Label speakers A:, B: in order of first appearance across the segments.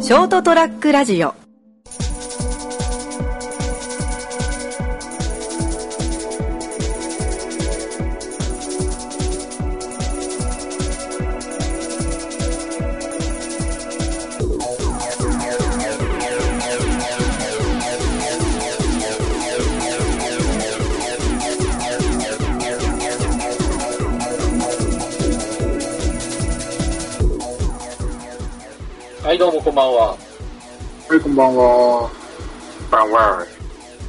A: ショートトラックラジオ
B: はい、どうもこんばんは。
C: はい、こんばんは。こんばんは。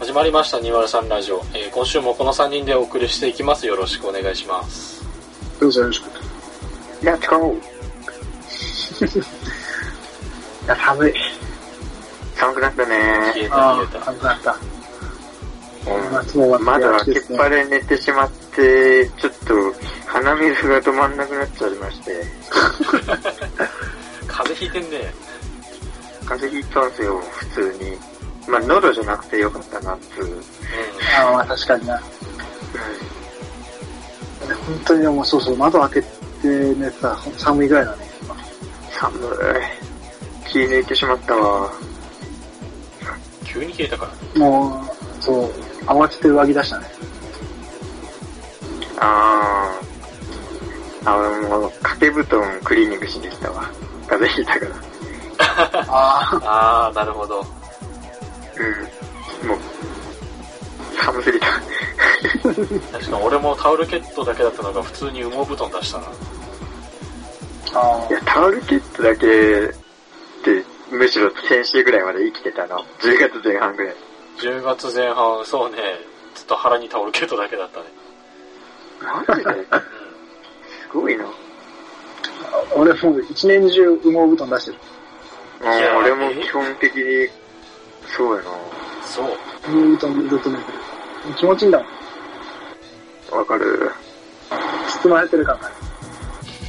B: 始まりました、ニワルさんラジオ。えー今週もこの3人でお送りしていきます。よろしくお願いします。
C: どうぞよろしく。Let's go! いや、寒い。
D: 寒くなった
B: 冷
D: ね
B: えた、
C: あ
B: 冷
C: あ、
B: え
C: 寒くなった。夏も
D: う
C: 終わっ
D: ん
C: て
D: 窓
C: 秋で
D: 開けっ
C: すね
D: ぱで寝てしまって、ちょっと鼻水が止まんなくなっちゃいまして、
B: た。風邪ひいてんね。
D: 風邪ひいたんですよ、普通に。まあ、喉じゃなくてよかったなっていう。
C: ああ、確かにな。本当にでもうそうそう、窓開けて寝てたら寒いぐらいだね。
D: 寒い。気抜いてしまったわ。
B: うん。急に冷えたから。
C: もう、そう、慌てて上着出したね。
D: あー。あの、もう、掛け布団クリーニングしに来たわ。風邪ひいたから。
B: あ
C: あ
B: ー、なるほど。
D: うん。もう、寒すぎた。
B: 確か俺もタオルケットだけだったのが普通に羽毛布団出したな。
C: あ、あ
D: いや、タオルケットだけって、むしろ先週ぐらいまで生きてたの。10月前半ぐらい。
B: 10月前半、そうね、ずっと腹にタオルケットだけだったね。
D: マジで
B: う
D: すごいな。
C: あ、俺もう一年中羽毛布団出してる。
B: いや
D: うん俺も基本的に、そうや
B: ん。そう。
C: 羽毛布団ずっと寝てる。気持ちいいんだもん。
D: な。わかる。
C: 包まれてるからね。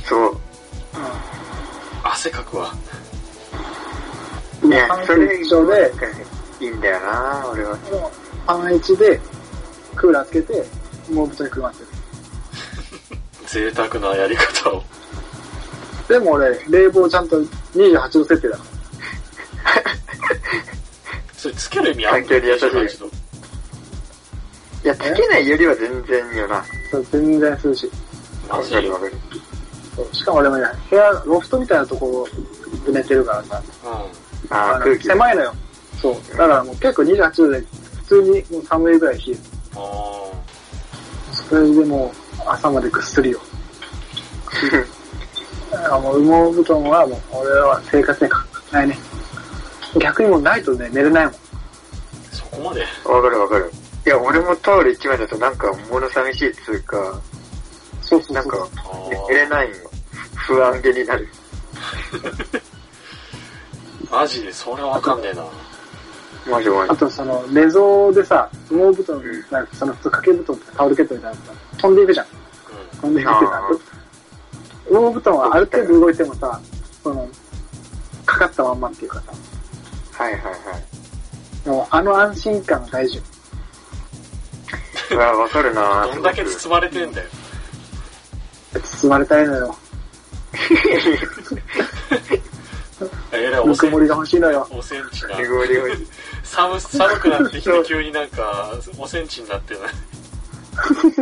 D: そう。
B: 汗かくわ。
C: うん。
D: いや
C: 半、
D: それ
C: 袖以上で、
D: いいんだよな、俺は。
C: もう、パン1で、クーラーつけて、羽毛布団にくるまってる。
B: 贅沢なやり方を。
C: でも俺、冷房ちゃんと28度設定だか
B: それつける意味ある
D: 環境に優しい
B: 28度
D: いや、つけないよりは全然いいよな。
C: ら。そう全然涼しい。
B: マ
D: わ
B: ジ
D: かるわかる。
C: そうしかも俺もね、部屋、ロフトみたいなところで寝てるからさ。
B: うん。
D: あ
C: あ
D: ー
C: の
D: 空気。
C: 狭いのよ。そう。だからもう結構28度で、普通にもう寒いぐらい冷える。
B: あ
C: それでもう、朝までぐっすりよ。だからもう羽毛布団はもう、俺は生活に欠かせないね。逆にもうないとね、寝れないもん。
B: ーそこまで。
D: わかるわかる。いや、俺もタオル一枚だとなんか物寂しいっつうか、
C: そうそうそう。
D: なんか
B: あー
D: 寝れないの。不安げになる。
B: マジで、それはわかんねえな。
D: マジマジ
C: あ。とその、寝相でさ、羽毛布団、なんかその普通掛け布団とかタオルケットみたいなのさ、飛んでいくじゃん。
B: う
C: 飛んでいくってさ
D: あー、
C: 羽毛布団はある程度動いてもさ、その、かかったまんまっていうかさ、
D: はいはいはい。
C: もうあの安心感が大事よ。
D: うわ、わかるなぁ。
B: ん。どんだけ包まれてんだよ。
C: 包まれたいのよ。
B: えらい、お
C: ぬ
B: せ
C: く
B: ん
C: もりが欲しいのよ。
B: おせんちな
D: す。ごいすごい。
B: 寒、寒くなってきて急になんか、おせんちになってな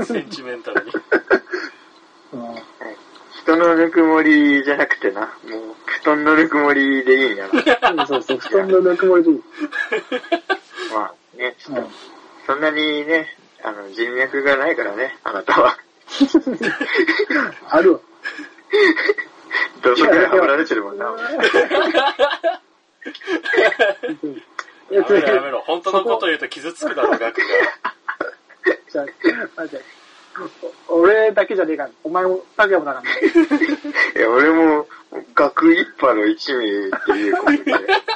B: い。センチメンタルに。
C: うん
D: 人のぬくもりじゃなくてな、もう、布団のぬくもりでい いんやな。
C: そうそう、布団のぬくもりでいい。
D: まあね、
C: うん
D: そんなにね、あの、人脈がないからね、あなたは。
C: あるわ。
D: 土足からはられてるもんな。
C: い
B: やめろ
C: や、
B: やめ
C: 違う。
B: ろ。本当のこと言うと傷つくだろ、ガクが。
C: じゃあ待ってお俺だけじゃねえから、お前も、タケもだからね。
D: いや、俺も、学一派の一味っていうことで、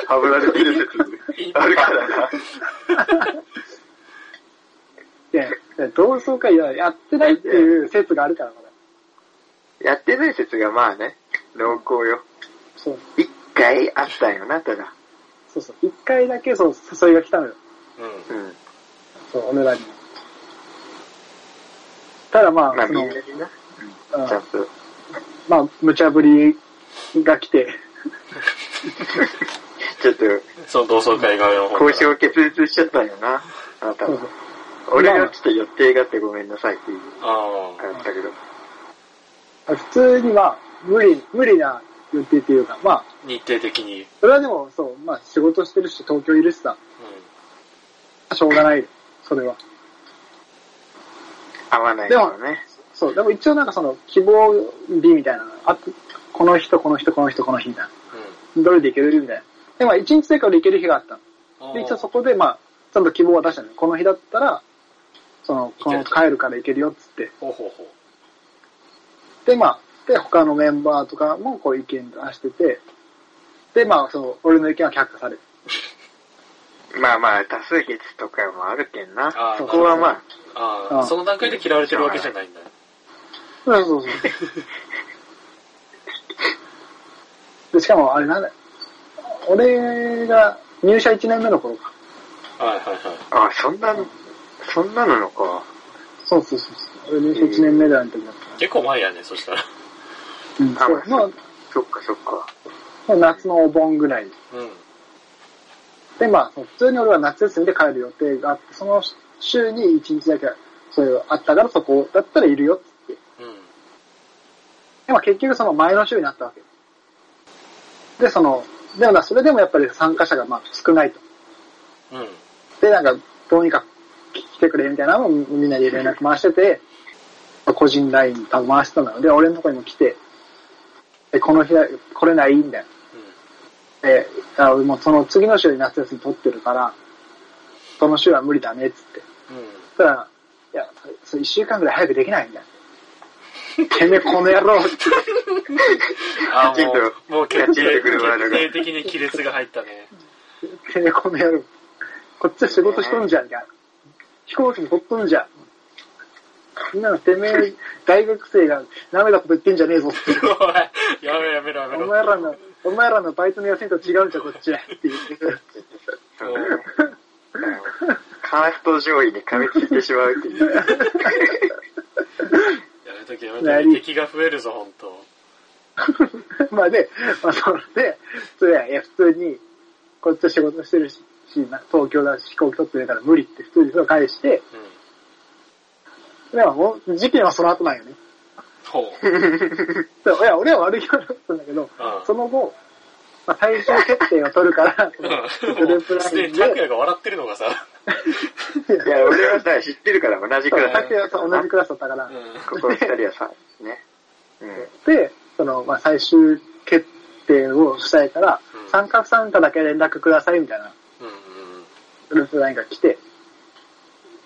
D: はぶられてる説あるからな。
C: で、で同窓会ややってないっていう説があるから、これ。
D: やってない説がまあね、濃厚よ。
C: そう
D: 一回あったんよな、ただ。
C: そうそう。一回だけそう誘いが来たのよ。
B: うん。
D: うん。
C: そう、俺らに。ただまあ、
D: まあ
C: そ
D: み
C: の、
D: んなにな、ちゃんと。
C: うんまあ、無茶ぶりが来て、
D: ちょっと、
B: その同窓会側の方
D: 交渉決裂しちゃったんよな、あなたは。俺はちょっと予定があってごめんなさいっていう
B: あ
D: 感じだけど。
C: 普通にまあ、無理、無理な予定っていうか、まあ、
B: あ、日程的に。
C: それはでもそう、まあ仕事してるし、東京いるしさ、しょうがない、それは。
D: 合わないからね。
C: そう、でも一応なんかその希望日みたいなのあとこの人、この人、この人、この日みたいな。どれでいけるみたいな。で、まあ一日でからいける日があったの
B: うん。
C: で、一応そ
B: こ。
C: こでまあ、ちゃんと希望は出したのよ。この日だったら、その、この帰るからいけるよっつって。
B: ほうほうほう。
C: で、まあ、で、他のメンバーとかもこう意見出してて、で、まあ、その、俺の意見は却下される。
D: まあまあ、多数決とかもあるけんな。
B: あー
D: そこはまあ、
B: あ
C: あ
B: あ、
C: あ
B: その段階で嫌われてるわけじゃないんだ。
C: そうそうそう。 で、しかも、あれなんだ俺が入社1年目の頃か。
B: はいはいはい。
D: あ、そんな、そんななのか。
C: そうそうそうそう。俺入社1年目だなんてだっ
B: 結構前やね、そしたら。
C: た。うん。そう
D: あ
C: まあ、
D: そっかそっか。
C: まあ夏のお盆ぐらい。
B: うん。
C: で、まあ、その普通に俺は夏休みで帰る予定があって、その週に1日だけ、それがあったから、そこだったらいるよっつって。
B: うん。
C: で、まあ結局その前の週になったわけ。で、その、でもな、それでもやっぱり参加者がまあ少ないと。
B: うん。
C: で、なんか、どうにか来てくれみたいなのをみんなで連絡回してて、個人 LINE 多分回してたのよで、俺のとこにも来て、え、この日は来れないみたいな。え、あもうその次の週に夏休み取ってるから、その週は無理だね、っつって。
B: うん。うん。
C: そしたら、いや、それ一週間ぐらい早くできないみたいな。てめえ、この野郎って。
B: あー
D: ガチン
B: も
D: と
B: う、もう決
D: ガチン
B: 定
D: とくるワードが
B: 決定的に亀裂が入ったね。
C: てめえ、この野郎。こっちは仕事しとんじゃん、みたいな。飛行機も取っとんじゃん。みんなのてめえ、大学生が舐めたこと言ってんじゃねえぞって。
B: おいやめろやめろやめ
C: お
B: ろ。
C: 前らの、お前らのバイトの休みと違うんじゃ、こっちは。っていう。
D: カースト上位に噛みついてしまうっ ていう。
B: やめとけやめとけ。敵が増えるぞ、ほんと。
C: まあで、まあそれで、それはいや普通に、こっちは仕事してるし、な東京だし飛行機取ってるから無理って普通にそれを返して、
B: うん。
C: でももう事件はその後なんよね。
B: ほう。
C: そういや、俺は悪気はなかったんだけど、
B: ああ
C: その後、まあ、最終決定を取るから、そのグループラ
B: すで
C: イン
B: に拓
C: で、
B: 也が笑ってるのがさ、
D: いや、俺はさ、知ってるから同じク
C: そう
D: ラ
C: 拓
D: ス。
C: 也と同じクラスだったから、
B: う
D: ここ二人はさ、ね。うん。
C: で、その、まあ、最終決定をしたいから、
B: うん
C: 参加不参加だけ連絡くださいみたいな。
B: ん。うん。
C: グループラインが来て、っ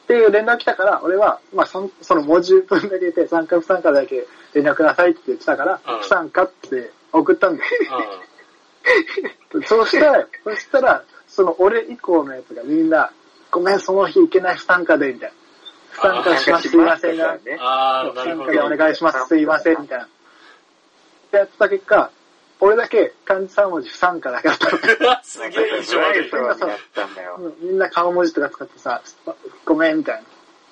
C: ていう連絡来たから、俺は、まあその、その文字分だけ言って、参加不参加だけ連絡くださいって言ってたから、
B: うん
C: 不参加って送ったんだよ。
B: あ
C: そうしたら、そしたら、その俺以降のやつがみんな、ごめん、その日行けない不参加で、みたいな。不参加します、すいませんが、
D: ね。
B: あ
C: 不
B: ー、なる
C: 参
B: ほ
C: 加で
B: ど。
C: お願いします、すいません、みたいな。ってやってた結果、俺だけ漢字3文字不参加だけだった。
B: すげえ印象悪い。
D: そうになったんだよ。
C: みんな顔文字とか使ってさ、ごめん、みたいな。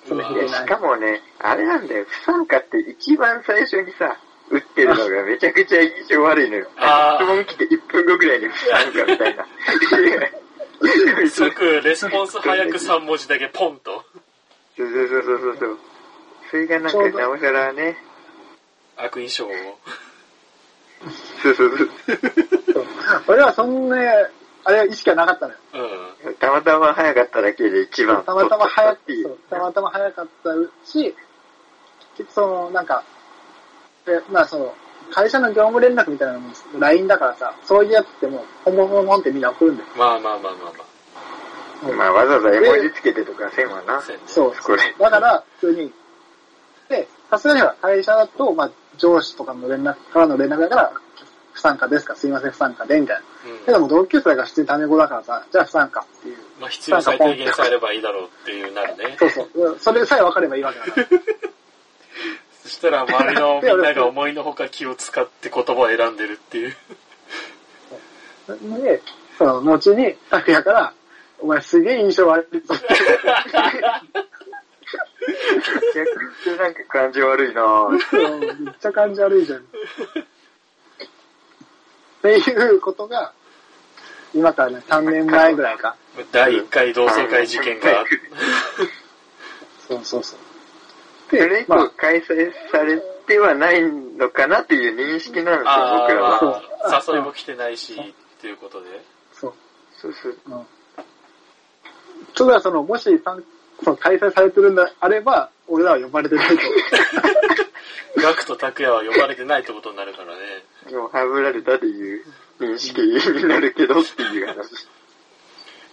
C: その日
D: で、しかもね、あれなんだよ、不参加って一番最初にさ、打ってるの がめちゃくちゃ印象悪いのよ。
B: あー
D: 質問来て1分後くらいに不参加みたいな。そう
B: 即、レスポンス早く3文字だけポンと。
D: そうそうそうそうそう。それがなんかなおさらね、
B: 悪印象を。
D: そうそうそ
C: そう俺はそんな、あれは意識はなかったのよ。
B: うん。
D: う。たまたま早かっただけで一番。
C: たまたま早く
D: ってい、
C: そうう。たまたま早かったし、結局その、なんか、でまあその、会社の業務連絡みたいなのも LINE だからさ、そういうやつってもう、ポンポンポンポンってみんな送るんだよ。
B: まあまあまあまあま
D: まあわざわざ絵文字つけてとかせんわな
B: あ。。せんね
C: そう。
D: これ。
C: だから、普通に。で、さすがには会社だと、まあ、上司とかの連絡からの連絡だから、不参加ですか、すいません、不参加で、みたいな。
B: う
C: け
B: ん。
C: ども、同級生が普通にタメ語だからさ、じゃあ不参加っていう。
B: まあ必要最低限さえあればいいだろうっていうなるね。
C: そうそう。それさえ分かればいいわけだから。
B: そしたら周りのみんなが思いのほか気を使って言葉を選んでるっていう。
C: で、その、後に、拓也から、お前すげえ印象悪いぞって。
D: めちゃくちゃなんか感じ悪いなぁ。
C: うんめっちゃ感じ悪いじゃん。っていうことが、今からね、3年前ぐらいか。
B: 第1回同窓会事件が、
C: そうそうそう。
D: それ以
C: まあ
D: 降開催されてはないのかなっていう認識なんですよ、
B: あ
D: 僕らは。
C: そう
B: あまあ、誘いも来てないし、っていうことで。
C: そう。
D: そうそう。
C: うん。ただ、その、もし、さんその開催されてるんであれば、俺らは呼ばれてないと。
B: ガクと拓也は呼ばれてないってことになるからね。
D: でも、はぶられたっていう認識になるけどっていう話。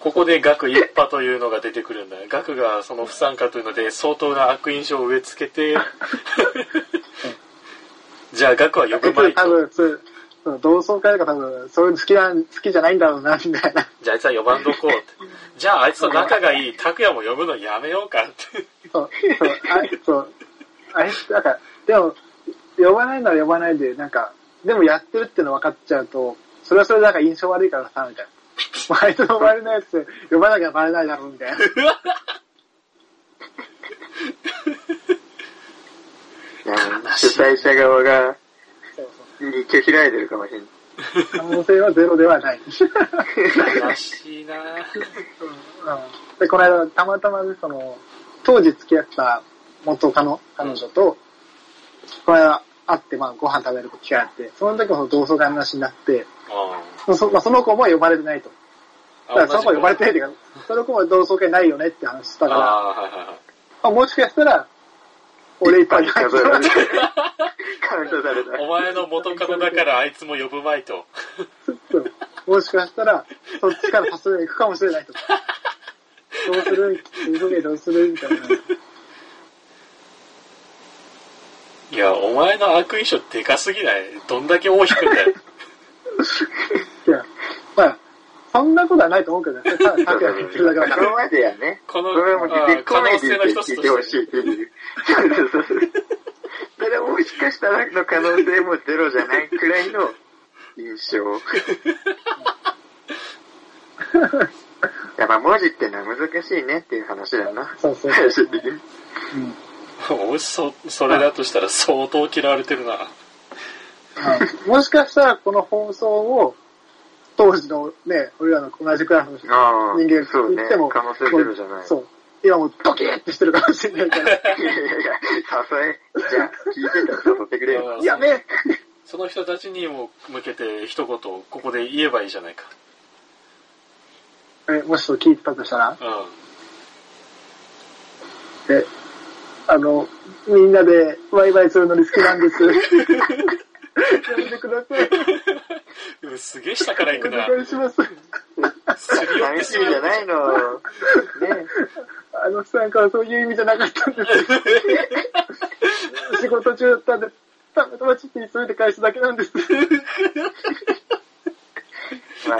B: ここで学一派というのが出てくるんだ。学がその不参加というので相当な悪印象を植え付けて、じゃあ学は呼ぶまい
C: 多
B: と。
C: 分、そうその同窓会とか多分、そういうの好きな、好きじゃないんだろうな、みたいな。
B: じゃああいつは呼ばんとこうって。じゃああいつと仲がいい拓也も呼ぶのやめようかって。
C: そう、そう、あそう。あれ、なんか、でも、呼ばないなら呼ばないで、なんか、でもやってるっての分かっちゃうと、それはそれでなんか印象悪いからさ、みたいな。もうあいつのバレないやつ、呼ばなきゃバレないだろ、みたいな。
D: いや
B: しい
D: 主催者側が、
C: そう
D: に拒否られてるかもしれない。
C: そう。可能性はゼロではない。
B: 悲しいなぁ。
C: うんで、この間、たまたまで、その、当時付き合った元カノ、彼女と、この間会って、まあ、ご飯食べる機会あって、その時もその同窓会の話になって、そ,、まあ、その子も呼ばれてないと。だからその子呼ばれてないっていうか、その子も同窓会ないよねって話した
B: あー
C: から、ま
B: はいはいはい
C: あ、もしかしたら、俺いっぱいに
D: カウン
C: 入っ
D: ト
C: た
D: された。カウントされた。
B: お前の元カノだからあいつも呼ぶまいと。
C: そうもしかしたら、そっちから誘いが行くかもしれないと。どうする急げどうするみたいな。
B: いや、お前の悪印象でかすぎないどんだけ尾引くんだよ。
C: いや、まあ、そんなことはないと思うけどね。ただ、拓也が言ってるだけだか
D: そ
C: ら。
D: のまでやね。
B: この
D: それはもう出てこないで言って聞いてほしいっていう。そうそうそう。それはもしかしたらの可能性もゼロじゃないくらいの印 象。やっぱ文字ってのは難しいねっていう話だな。
C: そうそう
D: 最
C: そう
D: 終。的に。
C: うん。
B: おそ、それだとしたら相当嫌われてるな。
C: はいもしかしたら、この放送を、当時のね、俺らの同じクラスの人
D: ああ、
C: 人間
D: そうね
C: 言っても、。
D: 可能性ゼロじゃない。
C: そう。今もうドキッてしてるかもしれないから。
D: いやいやいや、誘え。じゃあ、聞いてたら誘ってくれよ。
B: あー
C: いやね、
B: その人たちにも向けて一言ここで言えばいいじゃないか。
C: えもしそう聞いてたとしたら、
B: う
C: で、あの、みんなでワイワイするのに好きなんです。やめてください。
B: んうん。すげえ下から行く
C: お
B: な。
C: 願いします。
B: すり寄って
D: 寂し
B: す
D: いじゃないの。ね。
C: あの、さんからそういう意味じゃなかったんです。仕事中だったんです。たまたまちょっと急いで返すだけなんです。
D: まあ、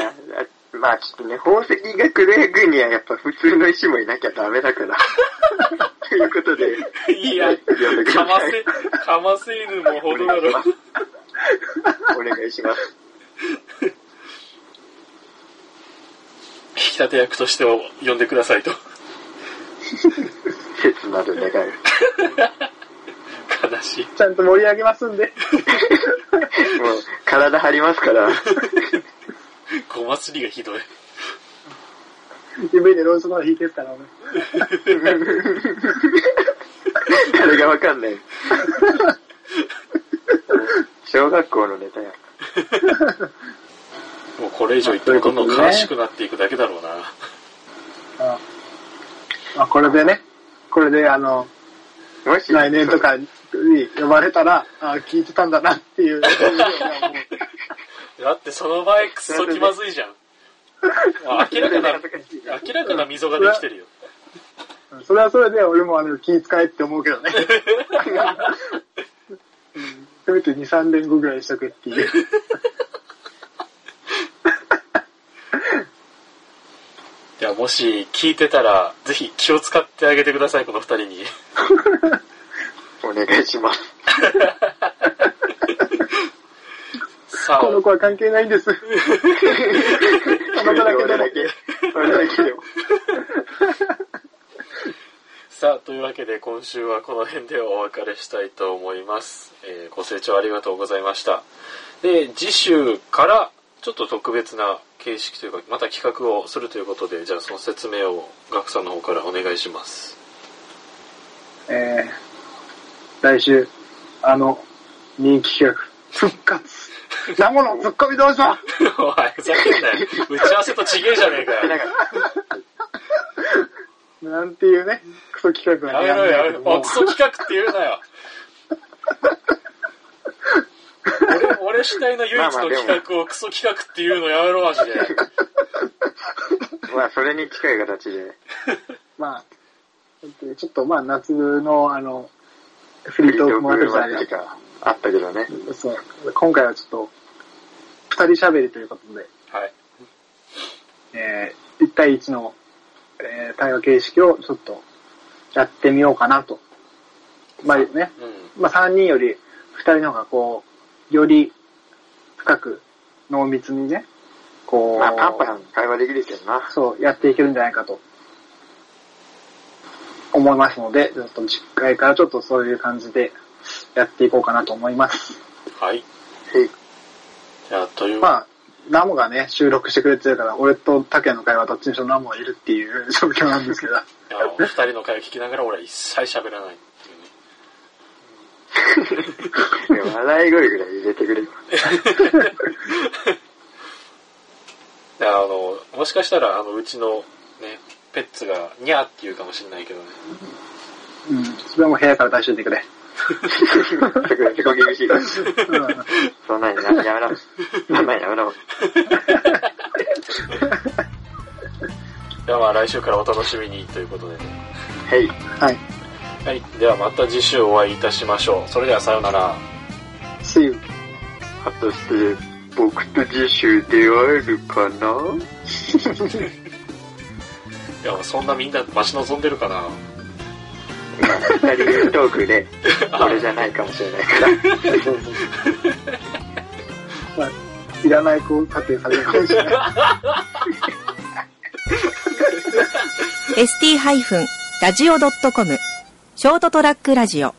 D: あまあちょっとね、宝石が暗い国にはやっぱ普通の石もいなきゃダメ だから。ということで、
B: いや、かませ、かませ犬もほどだろ。
D: お願いします。
B: 引き立て役としてを呼んでくださいと。
D: 切なる願い。
B: 悲しい。
C: ちゃんと盛り上げますんで。
D: もう、体張りますから。
B: ごますりがひどい。
C: 夢でローソンの引いてるから、俺。
D: 誰がわかんない。小学校のネタや。
B: もうこれ以上言ってもどんどん悲しくなっていくだけだろうな。
C: ああこれでね、これで、あの、
D: もし、
C: 来年とかに呼ばれたら、あ聞いてたんだなっていう。
B: だってその場合クソ気まずいじゃん。あ明らかな
D: 恥ず、かしいな
B: 明らかな溝ができてるよ。
C: それはそれで俺もあの気遣えって思うけどね。 うんせめて2、3年後ぐらいにしとくっていう。
B: いや、もし聞いてたら、ぜひ気を使ってあげてください、この二人に。
D: お願いします。
B: さ
C: この
B: あ、
C: 子は関係ない んです。の子だけでも
D: 俺だけ。俺だけでも。
B: さあ、というわけで今週はこの辺でお別れしたいと思います。えーご清聴ありがとうございました。で、次週から、ちょっと特別な形式というかまた企画をするということでじゃあその説明をガクさんの方からお願いします
C: えー、来週、あの、人気企画、復活。ナモのツッコミどうしよ
B: おいふざけんなよ打ち合わせとちげえじゃねえか
D: でな
B: よ
D: んか
C: うなんていうね、クソ企画
B: や
C: がね
B: めろよやめ
C: やんないけど
B: ろ
C: も
B: おクソ企画って言うなよ俺俺主体の唯一の企画をクソ企画って言うのやめろマジで
D: まあ、それに近い形で。
C: まあ、ちょっとまあ夏のあの、フリートークもあったじゃないですか。
D: か。あったけどね。
C: そう、今回はちょっと、二人喋りということで、
B: はい
C: えー、1対1の、えー、対話形式をちょっとやってみようかなと。まあね、
B: うん
C: まあ3人より2人の方がこう、より深く濃密にね、こう、
D: まあ、パンパン会話できるけどな。
C: そう、やっていけるんじゃないかと、思いますので、ちょっと次回からちょっとそういう感じでやっていこうかなと思います。
B: はい
D: へい
B: じゃあという、
C: まあ、ナモがね、収録してくれてるから、俺とタケの会はどっちにしろナモがいるっていう 状況なんですけど、
B: いやお二人の会を聞きながら俺は一切喋らないっていうね
D: でも笑い声ぐらい入れて くれよ。
B: いやあのもしかしたらあのうちのねペッツがニャーって言うかもしれないけどね
C: うん、それはもう部屋から出しといてくれ。
D: すごい、手こ厳しいから。
C: うん
D: そんなんややめろ。そんなんやめろ。
B: ではまあ来週からお楽しみにということでね
D: はい。
C: はい。
B: はいではまた次週お会いいたしましょうそれではさようなら
C: See you.
D: 果たして、僕と次週出会えるかない
B: やそんなみんな待ち望んでるかな
D: まあ、二人トーク で、俺じゃないかもしれないから。
C: まあ、いらない子査定されるかもしれない。
A: ST-radio.com ショートトラックラジオ